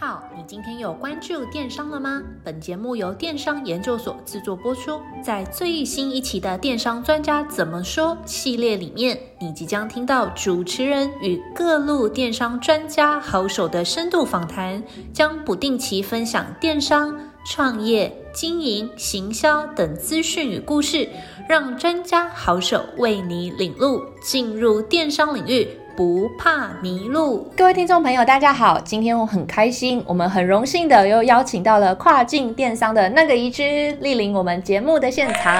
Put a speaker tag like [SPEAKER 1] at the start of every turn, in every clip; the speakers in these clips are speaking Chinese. [SPEAKER 1] 好，你今天有关注电商了吗？本节目由电商研究所制作播出。在最新一期的《电商专家怎么说》系列里面，你即将听到主持人与各路电商专家好手的深度访谈，将不定期分享电商、创业、经营、行销等资讯与故事，让专家好手为你领路，进入电商领域。不怕迷路，
[SPEAKER 2] 各位听众朋友，大家好！今天我很开心，我们很荣幸的又邀请到了跨境电商的那个一只莅临我们节目的现场。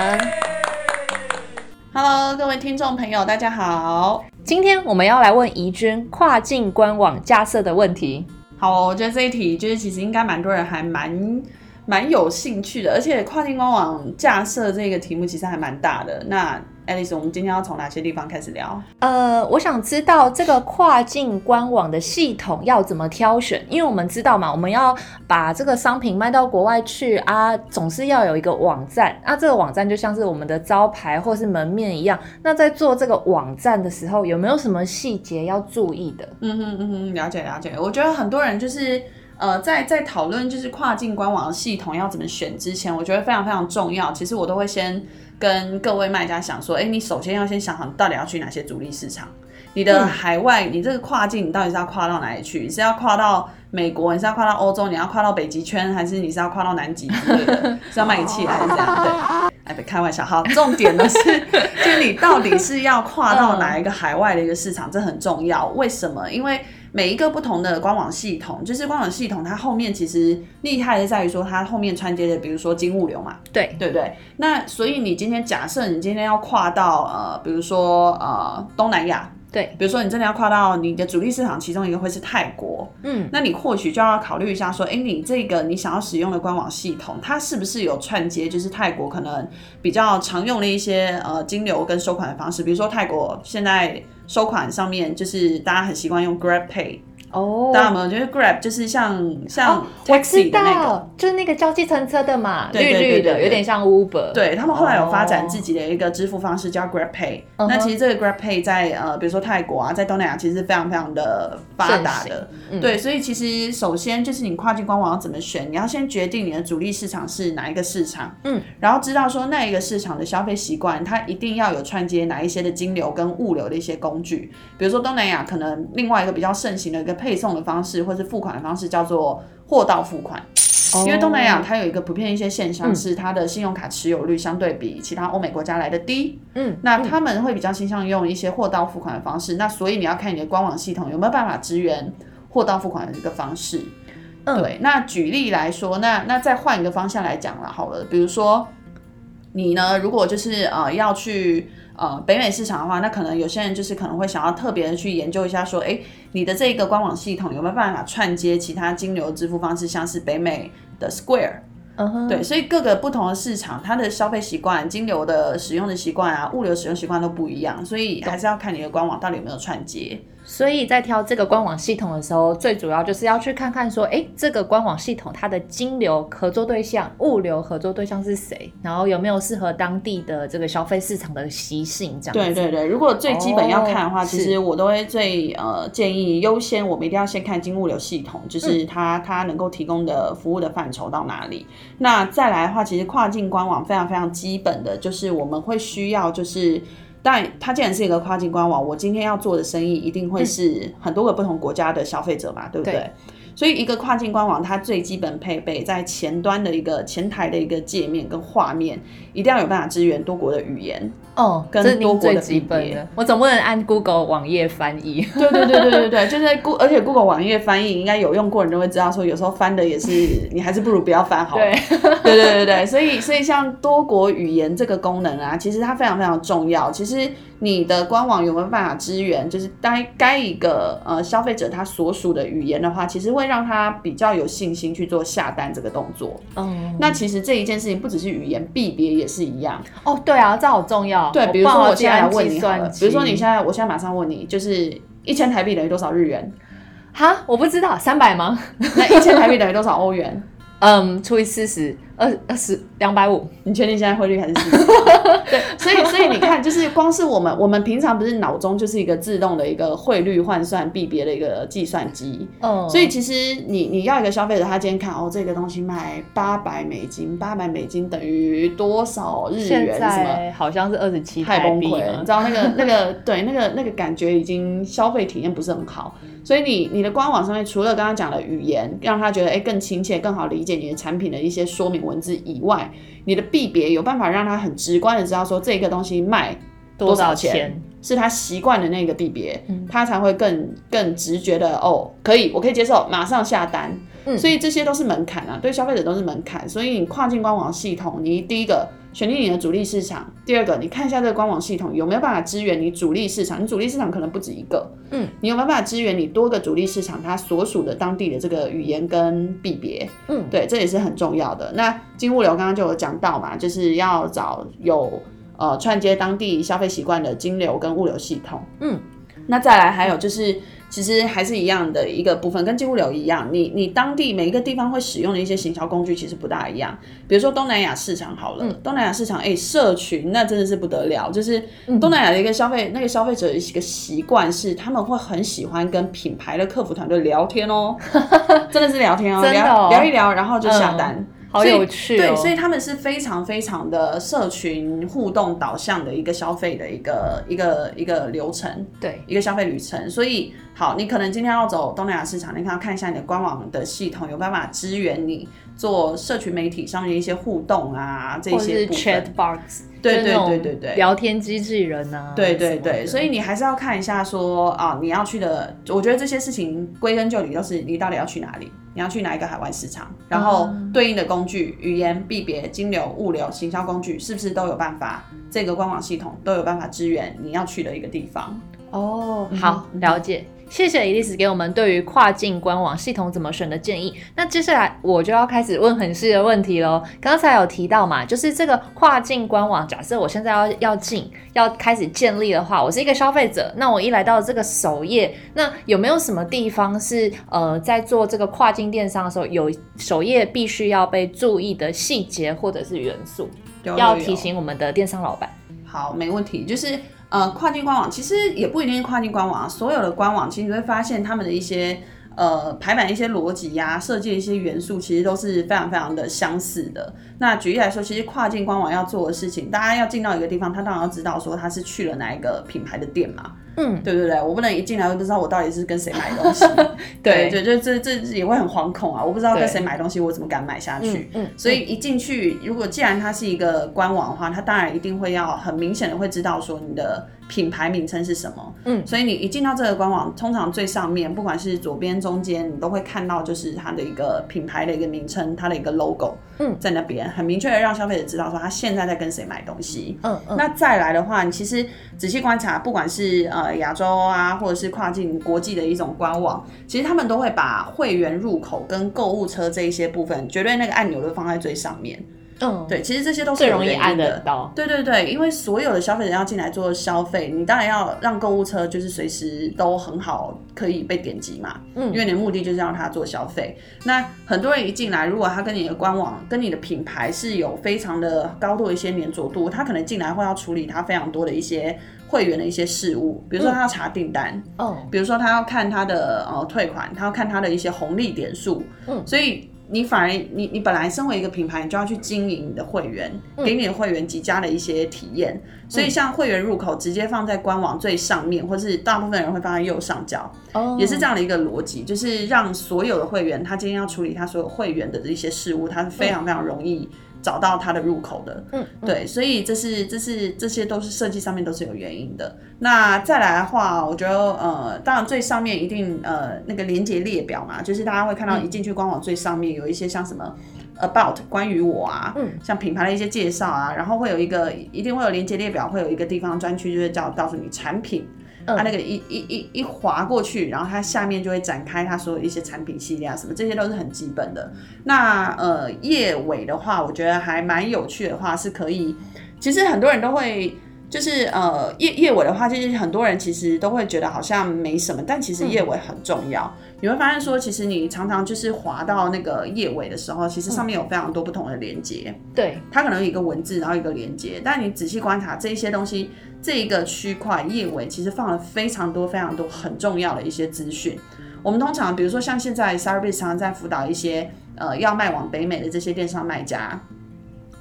[SPEAKER 3] Hello，各位听众朋友，大家好。
[SPEAKER 2] 今天我们要来问怡君跨境官网架设的问题。
[SPEAKER 3] 好，我觉得这一题就是其实应该蛮多人还蛮蛮有兴趣的，而且跨境官网架设这个题目其实还蛮大的。那 Alice，我们今天要从哪些地方开始聊？
[SPEAKER 2] 呃，我想知道这个跨境官网的系统要怎么挑选，因为我们知道嘛，我们要把这个商品卖到国外去啊，总是要有一个网站。那、这个网站就像是我们的招牌或是门面一样。那在做这个网站的时候，有没有什么细节要注意的？
[SPEAKER 3] 嗯哼嗯哼，了解了解。我觉得很多人就是呃，在在讨论就是跨境官网的系统要怎么选之前，我觉得非常非常重要。其实我都会先跟各位卖家想说，哎，你首先要先想好你到底要去哪些主力市场，你的海外，你这个跨境你到底是要跨到哪里去？你是要跨到美国，你是要跨到欧洲，你要跨到北极圈，还是你是要跨到南极之类的？是要卖你气还是怎样？对。哎，别开玩笑，好， 重点呢是，就是你到底是要跨到哪一个海外的一个市场，这很重要。为什么？因为每一个不同的官网系统，就是官网系统它后面其实厉害的在于说它后面穿接的，比如说金物流嘛，
[SPEAKER 2] 对，
[SPEAKER 3] 对不对？那所以你今天假设你今天要跨到呃，比如说呃东南亚，
[SPEAKER 2] 对，
[SPEAKER 3] 比如说你真的要跨到你的主力市场，其中一个会是泰国，
[SPEAKER 2] 嗯，
[SPEAKER 3] 那你或许就要考虑一下，说，哎，你这个你想要使用的官网系统，它是不是有串接，就是泰国可能比较常用的一些呃金流跟收款的方式，比如说泰国现在收款上面就是大家很习惯用 Grab Pay，
[SPEAKER 2] 哦
[SPEAKER 3] 大家有没有觉得 Grab 就是像像
[SPEAKER 2] 我知
[SPEAKER 3] taxi 的
[SPEAKER 2] 道，
[SPEAKER 3] 那个？
[SPEAKER 2] 哦就是那个叫计程车的嘛，
[SPEAKER 3] 对对对
[SPEAKER 2] 绿绿
[SPEAKER 3] 对
[SPEAKER 2] 的，
[SPEAKER 3] 对
[SPEAKER 2] 有点像 Uber。
[SPEAKER 3] 对他们后来有发展
[SPEAKER 2] 哦
[SPEAKER 3] 自己的一个支付方式叫 Grab Pay，、
[SPEAKER 2] 嗯哼
[SPEAKER 3] 那其实这个 Grab Pay 在呃比如说泰国啊，在东南亚其实是非常非常的发达的，
[SPEAKER 2] 嗯
[SPEAKER 3] 对，所以其实首先就是你跨境官网要怎么选，你要先决定你的主力市场是哪一个市场，
[SPEAKER 2] 嗯，
[SPEAKER 3] 然后知道说那一个市场的消费习惯，它一定要有串接哪一些的金流跟物流的一些工具，比如说东南亚可能另外一个比较盛行的一个配送的方式或是付款的方式叫做货到付款。
[SPEAKER 2] 哦嗯
[SPEAKER 3] 因为东南亚它有一个普遍一些现象是，它的信用卡持有率相对比其他欧美国家来的低，
[SPEAKER 2] 嗯，
[SPEAKER 3] 那他们会比较倾向用一些货到付款的方式，那所以你要看你的官网系统有没有办法支援货到付款的一个方式。
[SPEAKER 2] 嗯
[SPEAKER 3] 对，那举例来说，那那再换一个方向来讲了好了，比如说你呢，如果就是呃要去呃北美市场的话，那可能有些人就是可能会想要特别的去研究一下，说，哎，你的这个官网系统有没有办法串接其他金流支付方式，像是北美的 Square，
[SPEAKER 2] 嗯哼，
[SPEAKER 3] 对，所以各个不同的市场，它的消费习惯、金流的使用的习惯啊，物流使用习惯都不一样，所以还是要看你的官网到底有没有串接。
[SPEAKER 2] 所以在挑这个官网系统的时候，最主要就是要去看看说，诶，这个官网系统它的金流合作对象、物流合作对象是谁，然后有没有适合当地的这个消费市场的习性这样
[SPEAKER 3] 对
[SPEAKER 2] 子。
[SPEAKER 3] 对对，如果最基本要看的话，
[SPEAKER 2] 哦
[SPEAKER 3] 其
[SPEAKER 2] 是
[SPEAKER 3] 实我都会最呃建议优先，我们一定要先看金物流系统，
[SPEAKER 2] 嗯
[SPEAKER 3] 就是它、它能够提供的服务的范畴到哪里。那再来的话，其实跨境官网非常非常基本的就是我们会需要就是。但它既然是一个跨境官网，我今天要做的生意一定会是很多个不同国家的消费者嘛，对不
[SPEAKER 2] 嗯
[SPEAKER 3] 对？
[SPEAKER 2] 对
[SPEAKER 3] 所以一个跨境官网，它最基本配备在前端的一个前台的一个界面跟画面，一定要有办法支援多国的语言。
[SPEAKER 2] 哦，
[SPEAKER 3] 跟
[SPEAKER 2] 这是
[SPEAKER 3] 多
[SPEAKER 2] 您
[SPEAKER 3] 国
[SPEAKER 2] 最
[SPEAKER 3] 的
[SPEAKER 2] 基
[SPEAKER 3] 比
[SPEAKER 2] 本
[SPEAKER 3] 例
[SPEAKER 2] 的，我总不能按 Google 网页翻译。
[SPEAKER 3] 对对对对对对，就是顾，而且 Google 网页翻译应该有用过的人都会知道，说有时候翻的也是，你还是不如不要翻好了。对对对对，所以所以像多国语言这个功能啊，其实它非常非常重要。其实你的官网有没有办法支援，就是该该一个呃消费者他所属的语言的话，其实会让他比较有信心去做下单这个动作。
[SPEAKER 2] 嗯，
[SPEAKER 3] 那其实这一件事情不只是语言，币别也是一样。
[SPEAKER 2] 哦，对啊，这好重要。
[SPEAKER 3] 对，比如
[SPEAKER 2] 不
[SPEAKER 3] 说
[SPEAKER 2] 好
[SPEAKER 3] 我现在来
[SPEAKER 2] 按
[SPEAKER 3] 问
[SPEAKER 2] 计
[SPEAKER 3] 你好
[SPEAKER 2] 算
[SPEAKER 3] 了，
[SPEAKER 2] 机
[SPEAKER 3] 比如说你现在，我现在马上问你，就是一千台币等于多少日元？
[SPEAKER 2] 哈，我不知道三百吗？
[SPEAKER 3] 那一千台币等于多少欧元？
[SPEAKER 2] 嗯，除以四十，二二十，两百五，
[SPEAKER 3] 你确定现在汇率还是四十？对，所以所以你看，就是光是我们我们平常不是脑中就是一个自动的一个汇率换算币别的一个计算机，
[SPEAKER 2] 嗯，
[SPEAKER 3] 所以其实你你要一个消费者，他今天看哦这个东西卖八百美金，八百美金等于多少日
[SPEAKER 2] 现
[SPEAKER 3] 元什么？
[SPEAKER 2] 在好像是二十七
[SPEAKER 3] 太
[SPEAKER 2] 台
[SPEAKER 3] 崩
[SPEAKER 2] 币
[SPEAKER 3] 溃了，你
[SPEAKER 2] 嘛
[SPEAKER 3] 知道那 个那个对那个那个感觉已经消费体验不是很好，所以你你的官网上面除了刚刚讲的语言，让他觉得哎、诶更亲切、更好理解你的产品的一些说明文字以外，你的币别有办法让他很直观的知道说这个东西卖
[SPEAKER 2] 多
[SPEAKER 3] 少
[SPEAKER 2] 少钱？
[SPEAKER 3] 是他习惯的那个币别，
[SPEAKER 2] 嗯
[SPEAKER 3] 他才会更更直觉的哦，可以，我可以接受，马上下单。
[SPEAKER 2] 嗯
[SPEAKER 3] 所以这些都是门槛啊，对消费者都是门槛。所以你跨境官网系统，你第一个选定你的主力市场，第二个你看一下这个官网系统有没有办法支援你主力市场，你主力市场可能不止一个，
[SPEAKER 2] 嗯，
[SPEAKER 3] 你有没有办法支援你多个主力市场它所属的当地的这个语言跟币别，
[SPEAKER 2] 嗯
[SPEAKER 3] 对，这也是很重要的。那金物流刚刚就有讲到嘛，就是要找有呃串接当地消费习惯的金流跟物流系统。
[SPEAKER 2] 嗯，
[SPEAKER 3] 那再来还有就是，其实还是一样的一个部分，跟金物流一样，你你当地每一个地方会使用的一些行销工具其实不大一样。比如说东南亚市场好
[SPEAKER 2] 嗯
[SPEAKER 3] 了，东南亚市场哎、社群那真的是不得了，就是
[SPEAKER 2] 嗯
[SPEAKER 3] 东南亚的一个消费、那个消费者的一个习惯是，他们会很喜欢跟品牌的客服团队聊天 哦，真的是聊天哦，
[SPEAKER 2] 真的哦
[SPEAKER 3] 聊聊一聊，然后就下单。
[SPEAKER 2] 好有趣嗯哦。
[SPEAKER 3] 对，所以他们是非常非常的社群互动导向的一个消费的一个一个一个流程，
[SPEAKER 2] 对，
[SPEAKER 3] 一个消费旅程。所以，好，你可能今天要走东南亚市场，你可能要看一下你的官网的系统有办法支援你做社群媒体上面一些互动啊，这
[SPEAKER 2] 或者
[SPEAKER 3] 些
[SPEAKER 2] 是
[SPEAKER 3] 部
[SPEAKER 2] chat
[SPEAKER 3] 分。
[SPEAKER 2] box，
[SPEAKER 3] 对
[SPEAKER 2] 就是那种
[SPEAKER 3] 对对对对
[SPEAKER 2] 聊天机器人啊，
[SPEAKER 3] 对对
[SPEAKER 2] 什么
[SPEAKER 3] 对，
[SPEAKER 2] 的
[SPEAKER 3] 所以你还是要看一下说啊，你要去的，我觉得这些事情归根究底都是你到底要去哪里，你要去哪一个海外市场，然后
[SPEAKER 2] 啊
[SPEAKER 3] 对应的工具、语言、币别、金流、物流、行销工具是不是都有办法，这个官网系统都有办法支援你要去的一个地方。
[SPEAKER 2] 哦，
[SPEAKER 3] 嗯
[SPEAKER 2] 好，
[SPEAKER 3] 嗯
[SPEAKER 2] 了解。谢谢 Elise 给我们对于跨境官网系统怎么选的建议。那接下来我就要开始问很细的问题喽。刚才有提到嘛，就是这个跨境官网，假设我现在要要进，要开始建立的话，我是一个消费者，那我一来到这个首页，那有没有什么地方是呃在做这个跨境电商的时候，有首页必须要被注意的细节或者是元素，
[SPEAKER 3] 有
[SPEAKER 2] 要
[SPEAKER 3] 有有
[SPEAKER 2] 提醒我们的电商老板？
[SPEAKER 3] 好，没问题。就是呃，跨境官网其实也不一定是跨境官网啊，所有的官网其实你会发现他们的一些呃排版一些逻辑呀、设计的一些元素，其实都是非常非常的相似的。那举例来说，其实跨境官网要做的事情，大家要进到一个地方，他当然要知道说他是去了哪一个品牌的店嘛，
[SPEAKER 2] 嗯，
[SPEAKER 3] 对不对？我不能一进来就不知道我到底是跟谁买东 西，对对，就这这也会很惶恐啊！我不知道跟
[SPEAKER 2] 对
[SPEAKER 3] 谁买东西，我怎么敢买下去？
[SPEAKER 2] 嗯嗯，
[SPEAKER 3] 所以一进去，如果既然它是一个官网的话，它当然一定会要很明显的会知道说你的品牌名称是什么。
[SPEAKER 2] 嗯
[SPEAKER 3] 所以你一进到这个官网，通常最上面，不管是左边、中间，你都会看到就是它的一个品牌的一个名称，它的一个 logo，
[SPEAKER 2] 嗯
[SPEAKER 3] 在那边很明确的让消费者知道说他现在在跟谁买东西。
[SPEAKER 2] 嗯嗯。
[SPEAKER 3] 那再来的话，你其实仔细观察，不管是呃亚洲啊，或者是跨境国际的一种官网，其实他们都会把会员入口跟购物车这一些部分，绝对那个按钮都放在最上面。
[SPEAKER 2] 嗯，
[SPEAKER 3] 对，其实这些都是
[SPEAKER 2] 最
[SPEAKER 3] 有
[SPEAKER 2] 容易
[SPEAKER 3] 原因
[SPEAKER 2] 按得
[SPEAKER 3] 的。
[SPEAKER 2] 到。
[SPEAKER 3] 对对对，因为所有的消费者要进来做消费，你当然要让购物车就是随时都很好可以被点击嘛，
[SPEAKER 2] 嗯
[SPEAKER 3] 因为你的目的就是让他做消费。那很多人一进来，如果他跟你的官网、跟你的品牌是有非常的高度的一些粘着度，他可能进来会要处理他非常多的一些会员的一些事务，比如说他要查订单，
[SPEAKER 2] 嗯
[SPEAKER 3] 比如说他要看他的呃退款，他要看他的一些红利点数，
[SPEAKER 2] 嗯
[SPEAKER 3] 所以你反而你你本来身为一个品牌，你就要去经营你的会员，给你的会员极佳的一些体验。所以像会员入口直接放在官网最上面，或是大部分人会放在右上角，
[SPEAKER 2] 哦，
[SPEAKER 3] 也是这样的一个逻辑，就是让所有的会员，他今天要处理他所有会员的一些事务，他是非常非常容易找到他的入口的。
[SPEAKER 2] 嗯，
[SPEAKER 3] 对，所以这是这是这些都是设计上面都是有原因的。那再来的话，我觉得呃，当然最上面一定呃那个连接列表嘛，就是大家会看到一进去官网最上面有一些像什么 about 关于我啊，
[SPEAKER 2] 嗯，
[SPEAKER 3] 像品牌的一些介绍啊，然后会有一个一定会有连接列表，会有一个地方专区就是叫告诉你产品。
[SPEAKER 2] 嗯
[SPEAKER 3] 它那个一一一一划过去，然后它下面就会展开它所有一些产品系列啊，什么这些都是很基本的。那呃，页尾的话，我觉得还蛮有趣的话，是可以，其实很多人都会就是呃业业委的话，就是很多人其实都会觉得好像没什么，但其实业委很重要。你会发现说，其实你常常就是滑到那个页尾的时候，其实上面有非常多不同的连接，
[SPEAKER 2] 对，
[SPEAKER 3] 它可能有一个文字，然后一个连接，但你仔细观察这一些东西，这一个区块页尾其实放了非常多非常多很重要的一些资讯。我们通常比如说像现在 s a r b i s 常常在辅导一些呃要卖往北美的这些电商卖家，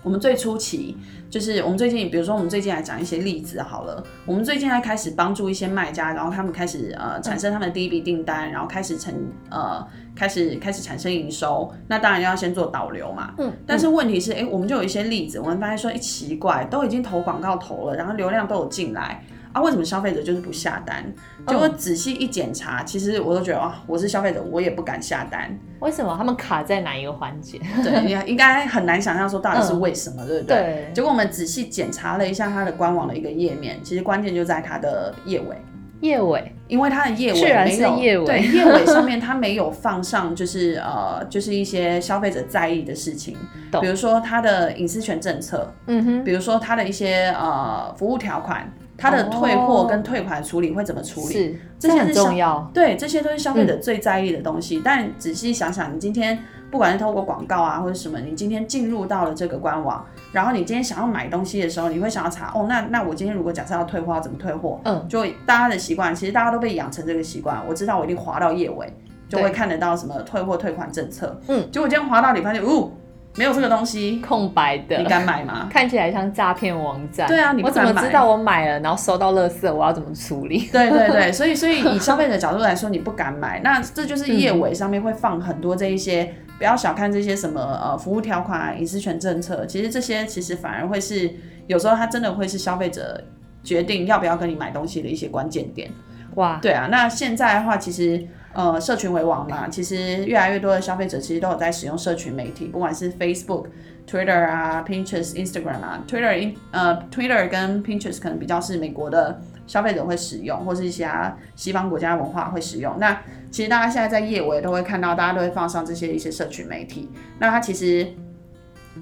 [SPEAKER 3] 我们最初期就是我们最近，比如说我们最近来讲一些例子好了，我们最近在开始帮助一些卖家，然后他们开始呃产生他们的第一笔订单，然后开始成呃开始开始产生营收，那当然要先做导流嘛。
[SPEAKER 2] 嗯，
[SPEAKER 3] 但是问题是，哎、我们就有一些例子，我们发现说，哎、奇怪，都已经投广告投了，然后流量都有进来。啊，为什么消费者就是不下单？
[SPEAKER 2] 嗯
[SPEAKER 3] 结果仔细一检查，其实我都觉得啊，我是消费者，我也不敢下 单。
[SPEAKER 2] 为什么他们卡在哪一个环节？
[SPEAKER 3] 对，应该应该很难想象说到底是为什么，对不
[SPEAKER 2] 嗯
[SPEAKER 3] 对？
[SPEAKER 2] 对
[SPEAKER 3] 结果我们仔细检查了一下它的官网的一个页面，其实关键就在它的页尾，
[SPEAKER 2] 叶尾，
[SPEAKER 3] 因为它的页尾
[SPEAKER 2] 居然
[SPEAKER 3] 没
[SPEAKER 2] 是
[SPEAKER 3] 有
[SPEAKER 2] 页尾
[SPEAKER 3] 对页尾上面它没有放上就是呃就是一些消费者在意的事情，
[SPEAKER 2] 懂
[SPEAKER 3] 比如说它的隐私权政策，
[SPEAKER 2] 嗯哼，
[SPEAKER 3] 比如说它的一些呃服务条款，它的退货跟退款处理会怎么处理，
[SPEAKER 2] 是，
[SPEAKER 3] 这
[SPEAKER 2] 这
[SPEAKER 3] 些是
[SPEAKER 2] 很重要。
[SPEAKER 3] 对，这些都是消费者最在意的东西。但仔细想想，你今天不管是透过广告啊或者什么，你今天进入到了这个官网，然后你今天想要买东西的时候，你会想要查哦，那那我今天如果假设要退货，要怎么退货？
[SPEAKER 2] 嗯，
[SPEAKER 3] 就大家的习惯，其实大家都被养成这个习惯。我知道我一定滑到页尾，就会
[SPEAKER 2] 对
[SPEAKER 3] 看得到什么退货退款政策。
[SPEAKER 2] 嗯，
[SPEAKER 3] 结果今天滑到你发现，哦，没有这个东西，
[SPEAKER 2] 空白
[SPEAKER 3] 你
[SPEAKER 2] 的，
[SPEAKER 3] 敢买吗？
[SPEAKER 2] 看起来像诈骗网站。
[SPEAKER 3] 对啊你不
[SPEAKER 2] 我怎么
[SPEAKER 3] 敢买
[SPEAKER 2] 知道我买了，然后收到垃圾，我要怎么处理？
[SPEAKER 3] 对对对，所以所以以消费者角度来说，你不敢买，那这就是页尾上面会放很多这一些，不要小看这些什么呃服务条款、啊、隐私权政策，其实这些其实反而会是有时候它真的会是消费者决定要不要跟你买东西的一些关键点。
[SPEAKER 2] 哇，
[SPEAKER 3] 对啊，那现在的话，其实呃，社群为王嘛，其实越来越多的消费者其实都有在使用社群媒体，不管是 Facebook、Twitter 啊、Pinterest、Instagram 啊，Twitter 呃 Twitter 跟 Pinterest 可能比较是美国的消费者会使用，或是一些啊西方国家文化会使用。那其实大家现在在夜尾都会看到，大家都会放上这些一些社群媒体。那它其实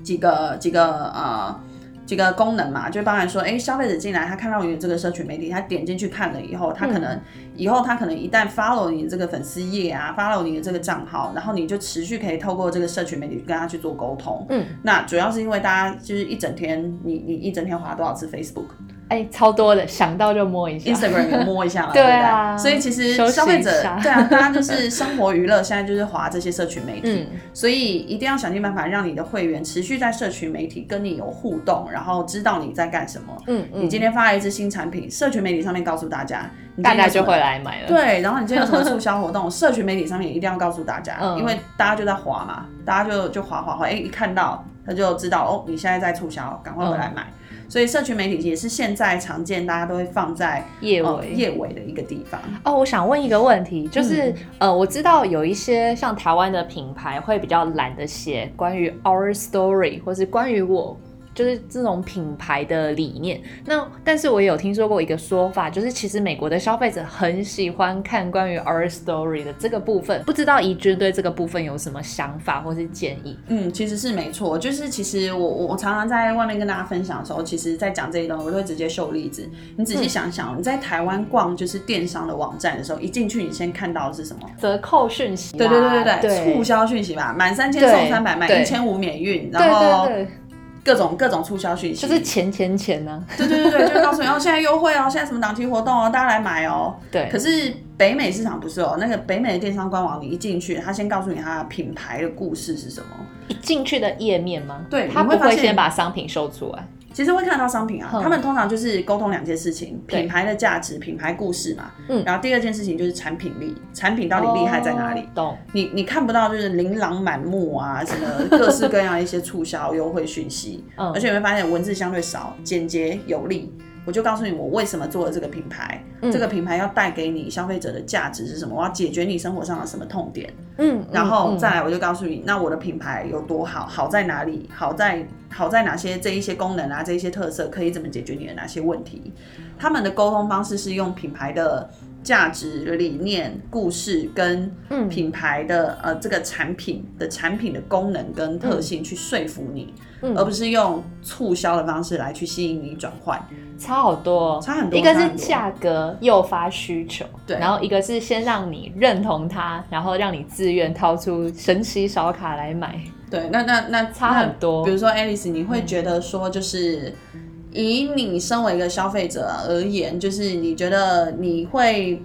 [SPEAKER 3] 几个几个呃几个功能嘛，就包含说，哎、消费者进来，他看到你有这个社群媒体，他点进去看了以后，他可能、以后他可能一旦 follow 你这个粉丝页啊，follow 你的这个账号，然后你就持续可以透过这个社群媒体跟他去做沟通。
[SPEAKER 2] 嗯，
[SPEAKER 3] 那主要是因为大家就是一整天，你你一整天滑多少次 Facebook？
[SPEAKER 2] 哎，超多的，想到就摸一下。
[SPEAKER 3] Instagram 也摸 一下嘛，
[SPEAKER 2] 对
[SPEAKER 3] 不
[SPEAKER 2] 啊
[SPEAKER 3] 所以其实
[SPEAKER 2] 休息
[SPEAKER 3] 消费者
[SPEAKER 2] 一下
[SPEAKER 3] 对啊，大家就是 生活娱乐，现在就是划这些社群媒
[SPEAKER 2] 嗯
[SPEAKER 3] 体，所以一定要想尽办法让你的会员持续在社群媒体跟你有互动，然后知道你在干什么。
[SPEAKER 2] 嗯嗯，
[SPEAKER 3] 你今天发了一支新产品，社群媒体上面告诉大家，你今
[SPEAKER 2] 大
[SPEAKER 3] 天有
[SPEAKER 2] 家
[SPEAKER 3] 什
[SPEAKER 2] 就
[SPEAKER 3] 么
[SPEAKER 2] 会来买了。，
[SPEAKER 3] 对，然后你今天有什么促销活 动，社群媒体上面也一定要告诉大家，
[SPEAKER 2] 嗯
[SPEAKER 3] 因为大家就在滑嘛，大家就就滑滑滑，哎、一看到他就知道哦，你现在在促销，赶快回
[SPEAKER 2] 嗯
[SPEAKER 3] 来买。所以社群媒体也是现在常见，大家都会放在
[SPEAKER 2] 叶
[SPEAKER 3] 呃
[SPEAKER 2] 尾
[SPEAKER 3] 页尾的一个地方。
[SPEAKER 2] 哦，我想问一个问题，
[SPEAKER 3] 嗯
[SPEAKER 2] 就是、呃，我知道有一些像台湾的品牌会比较懒得写关于 our story 或是关于我。就是这种品牌的理念。那但是我有听说过一个说法，就是其实美国的消费者很喜欢看关于 our story 的这个部分。不知道怡君对这个部分有什么想法或是建议？
[SPEAKER 3] 嗯，其实是没错，就是其实我我我常常在外面跟大家分享的时候，其实在讲这一段，我都会直接秀例子。你仔细想想，你在台湾逛就是电商的网站的时候，一进去你先看到的是什么？
[SPEAKER 2] 折扣讯息啦、
[SPEAKER 3] 对对对对对，
[SPEAKER 2] 对，
[SPEAKER 3] 促销讯息吧，满三千
[SPEAKER 2] 对
[SPEAKER 3] 送三百，满一
[SPEAKER 2] 对
[SPEAKER 3] 千五免运，
[SPEAKER 2] 对
[SPEAKER 3] 然后
[SPEAKER 2] 对对，
[SPEAKER 3] 各种各种促销讯息，
[SPEAKER 2] 就是钱钱钱啊呢、
[SPEAKER 3] 对对对对，就告诉你哦，现在优惠哦，现在什么档期活动哦，大家来买哦。
[SPEAKER 2] 对
[SPEAKER 3] 可是北美市场不是哦，那个北美的电商官网，你一进去，他先告诉你它的品牌的故事是什么，
[SPEAKER 2] 一进去的页面吗？
[SPEAKER 3] 对
[SPEAKER 2] 他
[SPEAKER 3] 你
[SPEAKER 2] 不
[SPEAKER 3] 会发
[SPEAKER 2] 会
[SPEAKER 3] 现
[SPEAKER 2] 先把商品秀出来。
[SPEAKER 3] 其实会看到商品啊，
[SPEAKER 2] 嗯
[SPEAKER 3] 他们通常就是沟通两件事情：
[SPEAKER 2] 对
[SPEAKER 3] 品牌的价值、品牌故事嘛。
[SPEAKER 2] 嗯
[SPEAKER 3] 然后第二件事情就是产品力，产品到底厉害在哪里？
[SPEAKER 2] 哦懂，
[SPEAKER 3] 你你看不到就是琳琅满目啊，什么各式各样的一些促销优惠讯息，
[SPEAKER 2] 嗯
[SPEAKER 3] 而且你会发现文字相对少，简洁有力。我就告诉你我为什么做了这个品牌，
[SPEAKER 2] 嗯
[SPEAKER 3] 这个品牌要带给你消费者的价值是什么，我要解决你生活上的什么痛点，
[SPEAKER 2] 嗯，
[SPEAKER 3] 然后
[SPEAKER 2] 嗯
[SPEAKER 3] 再来我就告诉你，那我的品牌有多好，好在哪里，好在好在哪些这一些功能啊，这一些特色可以怎么解决你的哪些问题。他们的沟通方式是用品牌的价值、理念、故事跟
[SPEAKER 2] 嗯
[SPEAKER 3] 品牌的、呃这个产品的产品的功能跟特性去说服你，
[SPEAKER 2] 嗯
[SPEAKER 3] 而不是用促销的方式来去吸引你转换。
[SPEAKER 2] 差好多，
[SPEAKER 3] 差很多
[SPEAKER 2] 一个
[SPEAKER 3] 差
[SPEAKER 2] 是
[SPEAKER 3] 很多
[SPEAKER 2] 价格诱发需求，
[SPEAKER 3] 对
[SPEAKER 2] 然后一个是先让你认同它，然后让你自愿掏出神奇小卡来买，
[SPEAKER 3] 对，那那那
[SPEAKER 2] 差
[SPEAKER 3] 那
[SPEAKER 2] 很多嗯
[SPEAKER 3] 比如说 Alice，你会觉得说，就是以你身为一个消费者而言，就是你觉得你会，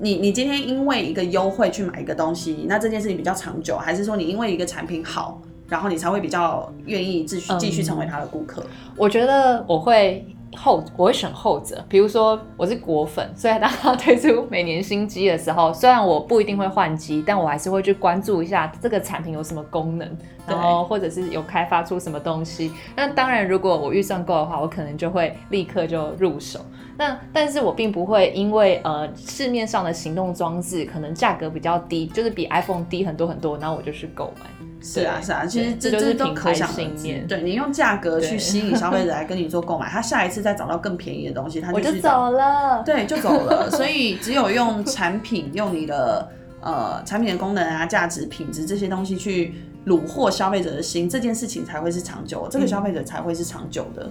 [SPEAKER 3] 你你今天因为一个优惠去买一个东西，那这件事情比较长久，还是说你因为一个产品好，然后你才会比较愿意继续
[SPEAKER 2] 嗯
[SPEAKER 3] 继续成为他的顾客？
[SPEAKER 2] 我觉得我会后，我会选后者。比如说我是果粉，所以当它推出每年新机的时候，虽然我不一定会换机，但我还是会去关注一下这个产品有什么功能，
[SPEAKER 3] 对
[SPEAKER 2] 然后或者是有开发出什么东西。那当然，如果我预算够的话，我可能就会立刻就入手。那但是我并不会因为呃市面上的行动装置可能价格比较低，就是比 iPhone 低很多很多，然后我就去购买。
[SPEAKER 3] 是啊，是啊，其实这
[SPEAKER 2] 这就是
[SPEAKER 3] 都
[SPEAKER 2] 品
[SPEAKER 3] 可
[SPEAKER 2] 牌
[SPEAKER 3] 想而
[SPEAKER 2] 信
[SPEAKER 3] 知
[SPEAKER 2] 念。
[SPEAKER 3] 对你用价格去
[SPEAKER 2] 对
[SPEAKER 3] 吸引消费者来跟你做购买，他下一次再找到更便宜的东西，他
[SPEAKER 2] 我
[SPEAKER 3] 就
[SPEAKER 2] 就
[SPEAKER 3] 去找
[SPEAKER 2] 走了。
[SPEAKER 3] 对，就走了。所以只有用产品，用你的呃产品的功能啊、价值、品质这些东西去虏获消费者的心，这件事情才会是长久，这个消费者才会是长久的。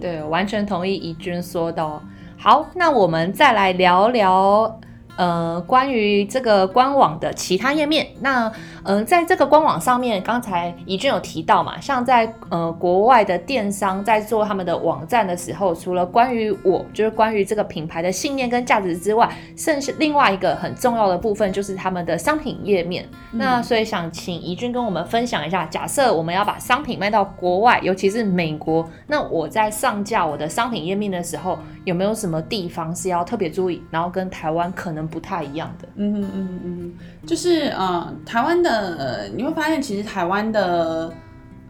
[SPEAKER 2] 对，完全同意怡君说的哦。好，那我们再来聊聊。呃，关于这个官网的其他页面，那嗯、呃在这个官网上面，刚才怡君有提到嘛，像在呃国外的电商在做他们的网站的时候，除了关于我，就是关于这个品牌的信念跟价值之外，甚至另外一个很重要的部分就是他们的商品页面。那所以想请怡君跟我们分享一下，假设我们要把商品卖到国外，尤其是美国，那我在上架我的商品页面的时候，有没有什么地方是要特别注意，然后跟台湾可能不太一样的？
[SPEAKER 3] 嗯哼嗯哼嗯哼，就是呃，台湾的你会发现，其实台湾的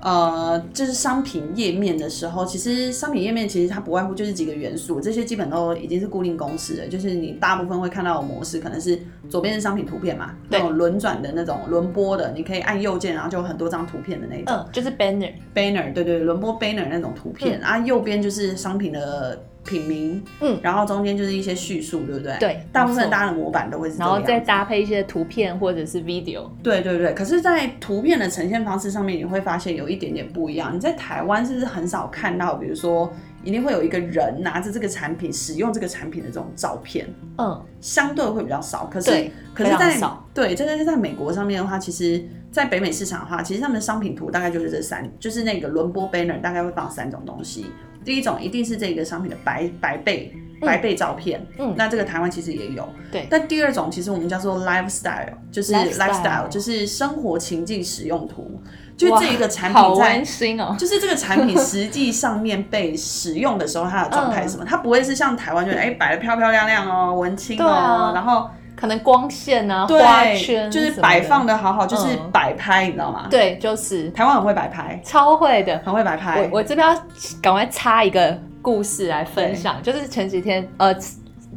[SPEAKER 3] 呃，就是商品页面的时候，其实商品页面其实它不外乎就是几个元素，这些基本都已经是固定公式了。就是你大部分会看到的模式，可能是左边是商品图片嘛，那
[SPEAKER 2] 对
[SPEAKER 3] 种轮转的那种轮播的，你可以按右键，然后就有很多张图片的那种。
[SPEAKER 2] 嗯，就是 banner，
[SPEAKER 3] banner，对对，轮播 banner 那种图片，啊，右边就是商品的品名，
[SPEAKER 2] 嗯
[SPEAKER 3] 然后中间就是一些叙述，对不对？，
[SPEAKER 2] 对，
[SPEAKER 3] 大部分
[SPEAKER 2] 没错
[SPEAKER 3] 大家的模板都会是这
[SPEAKER 2] 然后
[SPEAKER 3] 个
[SPEAKER 2] 再
[SPEAKER 3] 样子。
[SPEAKER 2] 搭配一些图片或者是 video，
[SPEAKER 3] 对对对，可是，在图片的呈现方式上面，你会发现有一点点不一样。你在台湾是不是很少看到，比如说一定会有一个人拿着这个产品、使用这个产品的这种照片，
[SPEAKER 2] 嗯，
[SPEAKER 3] 相对会比较少。可是
[SPEAKER 2] 对，
[SPEAKER 3] 可是
[SPEAKER 2] 非常
[SPEAKER 3] 在
[SPEAKER 2] 少
[SPEAKER 3] 对，这个是在美国上面的话，其实，在北美市场的话，其实他们的商品图大概就是这三，就是那个轮播 banner 大概会放三种东西。第一种一定是这个商品的白白背白背照片，
[SPEAKER 2] 嗯
[SPEAKER 3] 那这个台湾其实也有。
[SPEAKER 2] 对
[SPEAKER 3] 但第二种其实我们叫做 lifestyle，就是
[SPEAKER 2] lifestyle
[SPEAKER 3] lifestyle，就是生活情境使用图，就
[SPEAKER 2] 哇
[SPEAKER 3] 这一个产
[SPEAKER 2] 好
[SPEAKER 3] 品在
[SPEAKER 2] 温馨哦，
[SPEAKER 3] 就是这个产品实际上面被使用的时候，它的状态是什
[SPEAKER 2] 嗯
[SPEAKER 3] 么？它不会是像台湾就哎摆的漂漂亮亮哦，文青哦，
[SPEAKER 2] 对啊
[SPEAKER 3] 然后
[SPEAKER 2] 可能光线啊、花
[SPEAKER 3] 对，
[SPEAKER 2] 圈
[SPEAKER 3] 就是
[SPEAKER 2] 什么
[SPEAKER 3] 摆
[SPEAKER 2] 的
[SPEAKER 3] 放，的好好，就是
[SPEAKER 2] 嗯
[SPEAKER 3] 摆拍，你知道吗？，
[SPEAKER 2] 对，就是
[SPEAKER 3] 台湾很会摆拍，
[SPEAKER 2] 超会的，
[SPEAKER 3] 很会摆拍
[SPEAKER 2] 我。我这边要赶快插一个故事来分享，就是前几天呃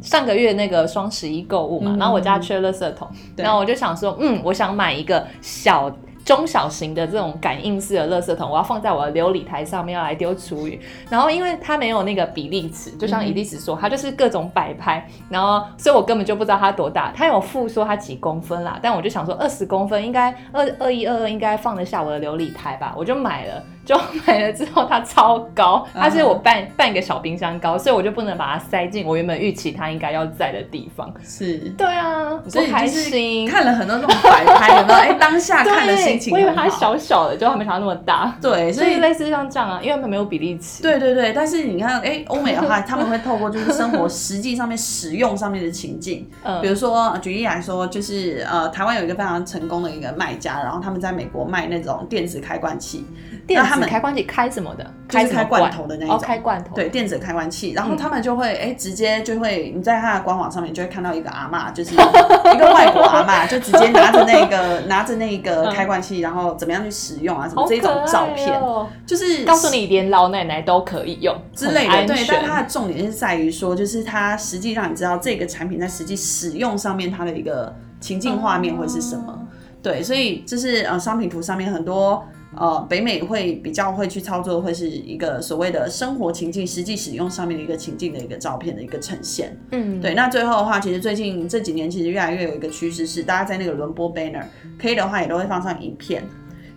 [SPEAKER 2] 上个月那个双十一购物嘛，
[SPEAKER 3] 嗯
[SPEAKER 2] 然后我家缺垃圾桶，
[SPEAKER 3] 对
[SPEAKER 2] 然后我就想说，嗯，我想买一个小。中小型的这种感应式的垃圾桶，我要放在我的琉璃台上面，要来丢厨余。然后因为它没有那个比例尺，就
[SPEAKER 3] 嗯
[SPEAKER 2] 像伊丽丝说，它就是各种摆拍，然后所以我根本就不知道它多大。它有附说它几公分啦，但我就想说二十公分应该二二一二二应该放得下我的琉璃台吧，我就买了。就买了之后它超高，
[SPEAKER 3] 嗯
[SPEAKER 2] 它是我半、半个小冰箱高，所以我就不能把它塞进我原本预期它应该要在的地方。
[SPEAKER 3] 是，
[SPEAKER 2] 对啊，不
[SPEAKER 3] 所以
[SPEAKER 2] 开
[SPEAKER 3] 就是
[SPEAKER 2] 心。
[SPEAKER 3] 看了很多这种摆拍，有没有？哎，当下看的心 情
[SPEAKER 2] 对，我以为
[SPEAKER 3] 很
[SPEAKER 2] 它
[SPEAKER 3] 好。
[SPEAKER 2] 小小的，就还没想到那么大，
[SPEAKER 3] 对，所
[SPEAKER 2] 所以
[SPEAKER 3] 以
[SPEAKER 2] 类似像这样啊，因为它没有比例尺。
[SPEAKER 3] 对对对，但是你看，哎，欧美 的话，他们会透过就是生活实际上面使用上面的情境，
[SPEAKER 2] 嗯
[SPEAKER 3] 比如说呃举例来说，就是呃，台湾有一个非常成功的一个卖家，然后他们在美国卖那种电子开关器，
[SPEAKER 2] 电
[SPEAKER 3] 那他
[SPEAKER 2] 子
[SPEAKER 3] 们
[SPEAKER 2] 开关器开什么的？
[SPEAKER 3] 就是
[SPEAKER 2] 什么
[SPEAKER 3] 开罐头的那一种
[SPEAKER 2] 哦，开罐头。
[SPEAKER 3] 对，电子开关
[SPEAKER 2] 嗯
[SPEAKER 3] 器，然后他们就会哎、直接就会你在他的官网上面就会看到一个阿嬷，就是 一个外国阿嬷，就直接拿着那个 拿着那个开关器，然后怎么样去使用啊，什
[SPEAKER 2] 嗯
[SPEAKER 3] 么
[SPEAKER 2] 好可
[SPEAKER 3] 这种照片，
[SPEAKER 2] 爱哦
[SPEAKER 3] 就是
[SPEAKER 2] 告诉你，连老奶奶都可以用
[SPEAKER 3] 之类
[SPEAKER 2] 很安
[SPEAKER 3] 的，对。但
[SPEAKER 2] 全
[SPEAKER 3] 它的重点是在于说，就是它实际让你知道这个产品在实际使用上面它的
[SPEAKER 2] 哦
[SPEAKER 3] 一个情境画面会是什么。对，所以就是呃，商品图上面很多呃北美会比较会去操作，会是一个所谓的生活情境、实际使用上面的一个情境的一个照片的一个呈现。
[SPEAKER 2] 嗯，
[SPEAKER 3] 对，那最后的话，其实最近这几年其实越来越有一个趋势是，大家在那个轮播 banner 可以的话，也都会放上影片。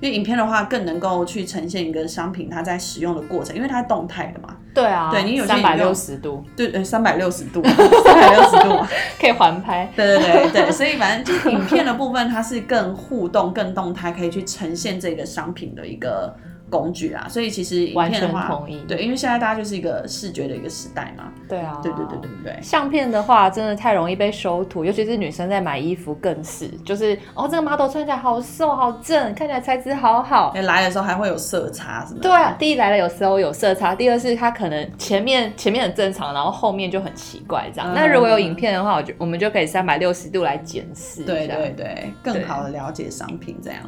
[SPEAKER 3] 因为影片的话，更能够去呈现一个商品它在使用的过程，因为它是动态的嘛，
[SPEAKER 2] 对啊，
[SPEAKER 3] 对你有些
[SPEAKER 2] 三百
[SPEAKER 3] 饮料
[SPEAKER 2] 六十度
[SPEAKER 3] 对，呃，三百六十度， 三百六十度嘛，
[SPEAKER 2] 可以环拍，
[SPEAKER 3] 对对对对，所以反正就是影片的部分，它是更互动、更动态，可以去呈现这个商品的一个工具啦。所以其实影
[SPEAKER 2] 完
[SPEAKER 3] 片
[SPEAKER 2] 全
[SPEAKER 3] 的话，
[SPEAKER 2] 同意。
[SPEAKER 3] 对，因为现在大家就是一个视觉的一个时代嘛，
[SPEAKER 2] 对啊，
[SPEAKER 3] 对对对对对。
[SPEAKER 2] 相片的话，真的太容易被修图，尤其是女生在买衣服更是，就是哦，这个 model 穿起来好瘦好正，看起来材质好好。
[SPEAKER 3] 哎，来的时候还会有色差什么的？
[SPEAKER 2] 对啊，第一来了有时候有色差，第二是它可能前面前面很正常，然后后面就很奇怪这样。
[SPEAKER 3] 嗯
[SPEAKER 2] 那如果有影片的话，我就我们就可以三百六十度来检视一下。
[SPEAKER 3] 对对对，更好的了解商品这样。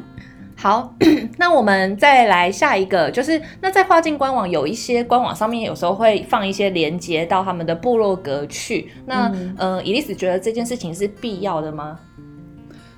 [SPEAKER 2] 好， 那我们再来下一个，就是那在跨境官网有一些官网上面有时候会放一些连接到他们的部落格去。那、
[SPEAKER 3] 嗯
[SPEAKER 2] 呃，伊丽丝觉得这件事情是必要的吗？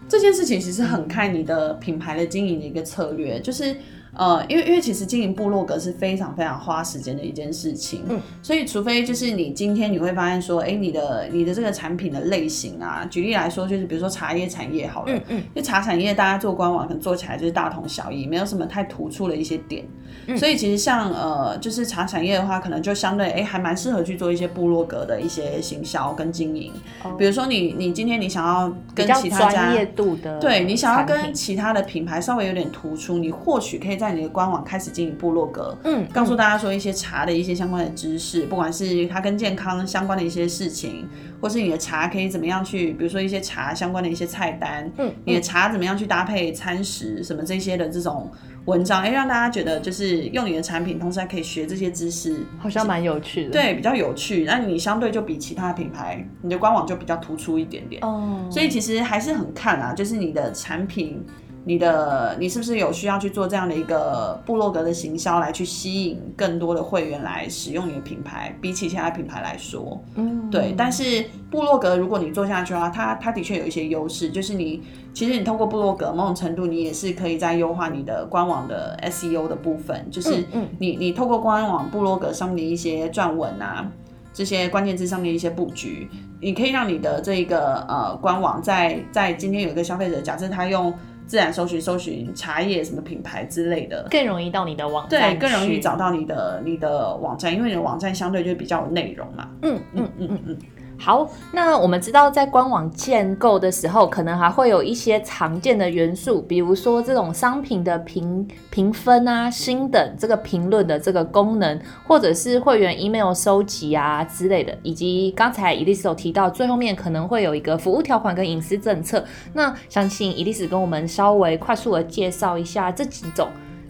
[SPEAKER 3] 这件事情其实很看你的品牌的经营的一个策略，就是呃，因为因为其实经营部落格是非常非常花时间的一件事情，
[SPEAKER 2] 嗯，
[SPEAKER 3] 所以除非就是你今天你会发现说，哎，你的你的这个产品的类型啊，举例来说就是比如说茶叶产业好了，
[SPEAKER 2] 嗯嗯，
[SPEAKER 3] 就茶产业，大家做官网可能做起来就是大同小异，没有什么太突出的一些点。
[SPEAKER 2] 嗯
[SPEAKER 3] 所以其实像呃，就是茶产业的话，可能就相对哎、诶还蛮适合去做一些部落格的一些行销跟经营。比如说你你今天你想要
[SPEAKER 2] 哦比
[SPEAKER 3] 跟
[SPEAKER 2] 较
[SPEAKER 3] 其他家
[SPEAKER 2] 嗯专。业度的产品，
[SPEAKER 3] 对你想要跟其他的品牌稍微有点突出，你或许可以在你的官网开始经营部落格，
[SPEAKER 2] 嗯
[SPEAKER 3] 告诉大家说一些茶的一些相关的知识，不管是它跟健康相关的一些事情，或是你的茶可以怎么样去，比如说一些茶相关的一些菜单，
[SPEAKER 2] 嗯
[SPEAKER 3] 你的茶怎么样去搭配餐食什么这些的这种文章，哎、让大家觉得就是用你的产品，同时还可以学这些知识，
[SPEAKER 2] 好像蛮有趣的。，
[SPEAKER 3] 对比较有趣。那你相对就比其他品牌，你的官网就比较突出一点点。
[SPEAKER 2] 哦，
[SPEAKER 3] 所以其实还是很看啊，就是你的产品，你的你是不是有需要去做这样的一个部落格的行销，来去吸引更多的会员来使用你的品牌，比起其他品牌来说，
[SPEAKER 2] 嗯
[SPEAKER 3] 对。但是部落格如果你做下去的话，它它的确有一些优势，就是你其实你透过部落格某种程度，你也是可以在优化你的官网的 SEO 的部分，就是
[SPEAKER 2] 嗯嗯
[SPEAKER 3] 你你透过官网部落格上面的一些撰文啊，这些关键字上面的一些布局，你可以让你的这个呃官网在在今天有一个消费者，假设他用自然搜寻搜寻茶叶什么品牌之类的，
[SPEAKER 2] 更容易到你的网站去，
[SPEAKER 3] 对，更容易找到你的你的网站，因为你的网站相对就比较有内容嘛。
[SPEAKER 2] 嗯嗯
[SPEAKER 3] 嗯嗯嗯，
[SPEAKER 2] 好，那我们知道在官网建构的时候，可能还会有一些常见的元素，比如说这种商品的评评分啊、星等这个评论的这个功能，或者是会员 email 收集啊之类的，以及刚才 e l i s 有提到最后面可能会有一个服务条款跟隐私政策。那想请 e l i s 跟我们稍微快速的介绍一下这几种。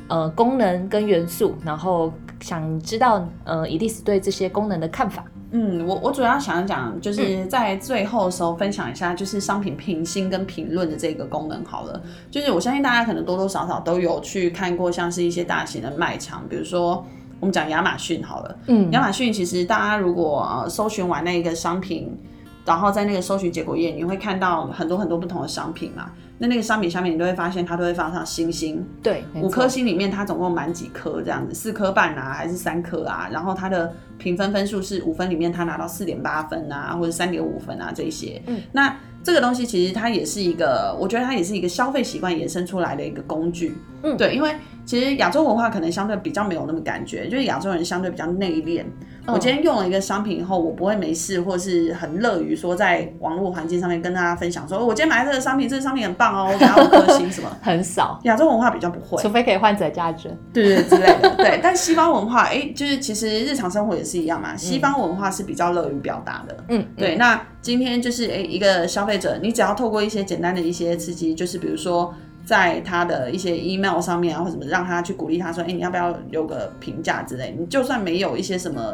[SPEAKER 2] 呃，功能跟元素，然后想知道呃，e l i s 对这些功能的看法。
[SPEAKER 3] 嗯，我我主要想讲，就是在最后的时候分享一下，就是商品评星跟评论的这个功能好了。就是我相信大家可能多多少少都有去看过，像是一些大型的卖场，比如说我们讲亚马逊好了，
[SPEAKER 2] 嗯
[SPEAKER 3] 亚马逊其实大家如果、呃、搜寻完那个商品，然后在那个搜寻结果页，你会看到很多很多不同的商品嘛。那那个商品下面，你都会发现它都会放上星星，
[SPEAKER 2] 对，没
[SPEAKER 3] 五
[SPEAKER 2] 错
[SPEAKER 3] 颗星里面它总共满几颗这样子，四颗半啊，还是三颗啊？然后它的评分分数是五分里面它拿到四点八分啊，或者三点五分啊这一些。
[SPEAKER 2] 嗯，
[SPEAKER 3] 那这个东西其实它也是一个，我觉得它也是一个消费习惯衍生出来的一个工具。
[SPEAKER 2] 嗯
[SPEAKER 3] 对，因为其实亚洲文化可能相对比较没有那么感觉，就是亚洲人相对比较内敛。
[SPEAKER 2] 嗯
[SPEAKER 3] 我今天用了一个商品以后，我不会没事，或是很乐于说在网络环境上面跟大家分享说，哦我今天买了这个商品，这个商品很棒哦，我给它五颗 星什么。
[SPEAKER 2] 很少，
[SPEAKER 3] 亚洲文化比较不会，
[SPEAKER 2] 除非可以换者价值。
[SPEAKER 3] 对对之类 的，对。但西方文化，哎、就是其实日常生活也是一样嘛。西方文化是比较乐于表达的，
[SPEAKER 2] 嗯，
[SPEAKER 3] 对。那今天就是哎、诶一个消费者，你只要透过一些简单的一些刺激，就是比如说在他的一些 email 上面啊，或什么，让他去鼓励他说，哎、你要不要有个评价之类？你就算没有一些什么。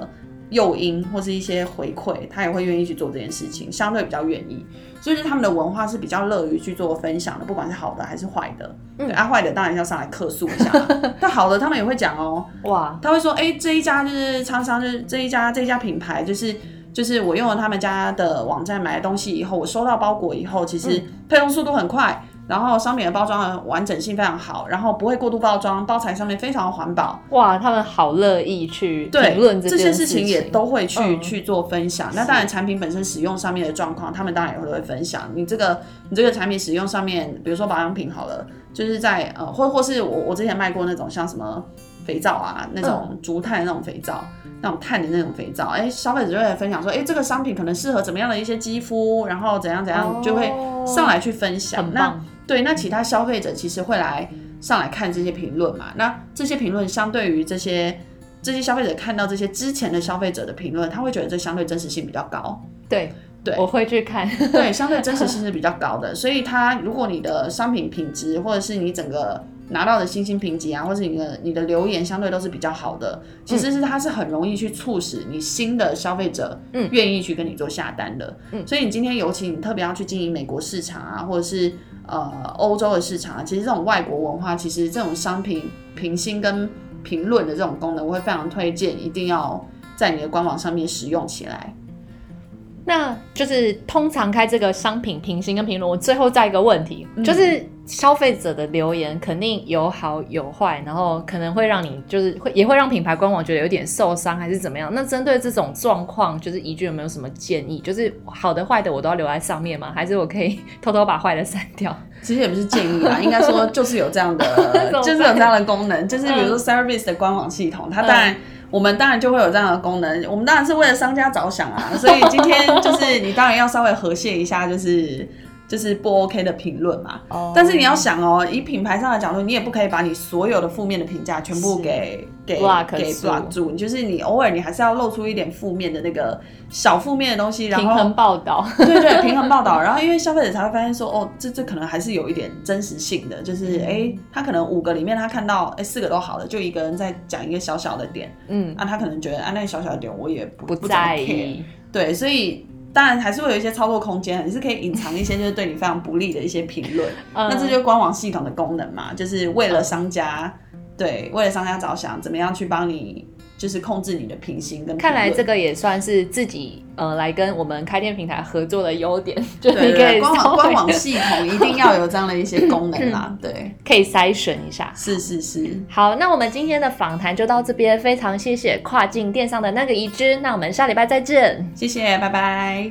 [SPEAKER 3] 诱因或是一些回馈，他也会愿意去做这件事情，相对比较愿意，所以就是他们的文化是比较乐于去做分享的，不管是好的还是坏的。对啊，坏的当然要上来客诉一下啦，但好的他们也会讲哦，
[SPEAKER 2] 哇，
[SPEAKER 3] 他会说，哎、这一家就是常常就是这一家这一家品牌就是。就是我用了他们家的网站买的东西以后，我收到包裹以后，其实配送速度很快，然后商品的包装的完整性非常好，然后不会过度包装，包材上面非常环保。
[SPEAKER 2] 哇，他们好乐意去
[SPEAKER 3] 对
[SPEAKER 2] 评论，
[SPEAKER 3] 这
[SPEAKER 2] 件
[SPEAKER 3] 些
[SPEAKER 2] 事
[SPEAKER 3] 事情也都会去、
[SPEAKER 2] 嗯
[SPEAKER 3] 去做分享。那当然，产品本身使用上面的状况，他们当然也会会分享。你这个你这个产品使用上面，比如说保养品好了，就是在呃，或或是我我之前卖过那种像什么肥皂啊，那
[SPEAKER 2] 嗯
[SPEAKER 3] 种竹炭的那种肥皂，那种碳的那种肥皂，哎，消费者就会分享说，哎，这个商品可能适合怎么样的一些肌肤，然后怎样怎样，就会上来去分享。
[SPEAKER 2] 哦很
[SPEAKER 3] 那
[SPEAKER 2] 棒，
[SPEAKER 3] 对，那其他消费者其实会来上来看这些评论嘛？那这些评论相对于这些这些消费者看到这些之前的消费者的评论，他会觉得这相对真实性比较高。
[SPEAKER 2] 对
[SPEAKER 3] 对
[SPEAKER 2] 我会去看。
[SPEAKER 3] 对，相对真实性是比较高的，所以它如果你的商品品质或者是你整个拿到的星星评级啊，或是你的你的留言相对都是比较好的，其实是它是很容易去促使你新的消费者
[SPEAKER 2] 嗯
[SPEAKER 3] 愿意去跟你做下单的。
[SPEAKER 2] 嗯
[SPEAKER 3] 所以你今天尤其你特别要去经营美国市场啊，或者是呃欧洲的市场啊，其实这种外国文化，其实这种商品评星跟评论的这种功能，我会非常推荐，一定要在你的官网上面使用起来。
[SPEAKER 2] 那就是通常开这个商品评星跟评论，我最后再一个问题，
[SPEAKER 3] 嗯
[SPEAKER 2] 就是消费者的留言肯定有好有坏，然后可能会让你就是会也会让品牌官网觉得有点受伤还是怎么样？那针对这种状况，就是宜君有没有什么建议？就是好的坏的我都要留在上面吗？还是我可以偷偷把坏的删掉？
[SPEAKER 3] 其实也不是建议 啦，应该说就是有这样的
[SPEAKER 2] 怎么，办
[SPEAKER 3] 就是有这样的功能，就是比如
[SPEAKER 2] 嗯
[SPEAKER 3] 说 Service 的官网系统，它当然。我们当然就会有这样的功能，我们当然是为了商家着 想啊，所以今天就是你当然要稍微和谐一下，就是就是不 OK 的评论嘛。
[SPEAKER 2] 哦
[SPEAKER 3] 但是你要想哦，以品牌上的角度，你也不可以把你所有的负面的评价全部
[SPEAKER 2] 是
[SPEAKER 3] 给给
[SPEAKER 2] 嗯 block
[SPEAKER 3] 给
[SPEAKER 2] 住
[SPEAKER 3] block 住，就是你偶尔你还是要露出一点负面的那个小负面的东西，然
[SPEAKER 2] 平
[SPEAKER 3] 后
[SPEAKER 2] 衡报道，
[SPEAKER 3] 对对，平衡报道。然后因为消费者才会发现说，哦，这这可能还是有一点真实性的，就是
[SPEAKER 2] 嗯
[SPEAKER 3] 哎、诶他可能五个里面他看到哎四个都好了，就一个人在讲一个小小的点，
[SPEAKER 2] 嗯，
[SPEAKER 3] 啊，他可能觉得啊那个小小的点我也不
[SPEAKER 2] 不
[SPEAKER 3] 怎么
[SPEAKER 2] 在
[SPEAKER 3] care
[SPEAKER 2] 意，
[SPEAKER 3] 对，所以。当然还是会有一些操作空间，你是可以隐藏一些就是对你非常不利的一些评论。
[SPEAKER 2] 嗯
[SPEAKER 3] 那这就是官网系统的功能嘛，就是为了商家，对，为了商家着想，怎么样去帮你就是控制你的评星跟
[SPEAKER 2] 看来
[SPEAKER 3] 评论
[SPEAKER 2] 这个也算是自己呃来跟我们开店平台合作的优点， 就是
[SPEAKER 3] 对
[SPEAKER 2] 你
[SPEAKER 3] 对
[SPEAKER 2] 可以
[SPEAKER 3] 对，官
[SPEAKER 2] 稍
[SPEAKER 3] 网
[SPEAKER 2] 微嗯
[SPEAKER 3] 官网系统一定要有这样的一些功能 啦。对，
[SPEAKER 2] 可以筛选一下。
[SPEAKER 3] 是是是，
[SPEAKER 2] 好，那我们今天的访谈就到这边，非常谢谢跨境电商的那个宜知，那我们下礼拜再见。
[SPEAKER 3] 谢谢，拜拜。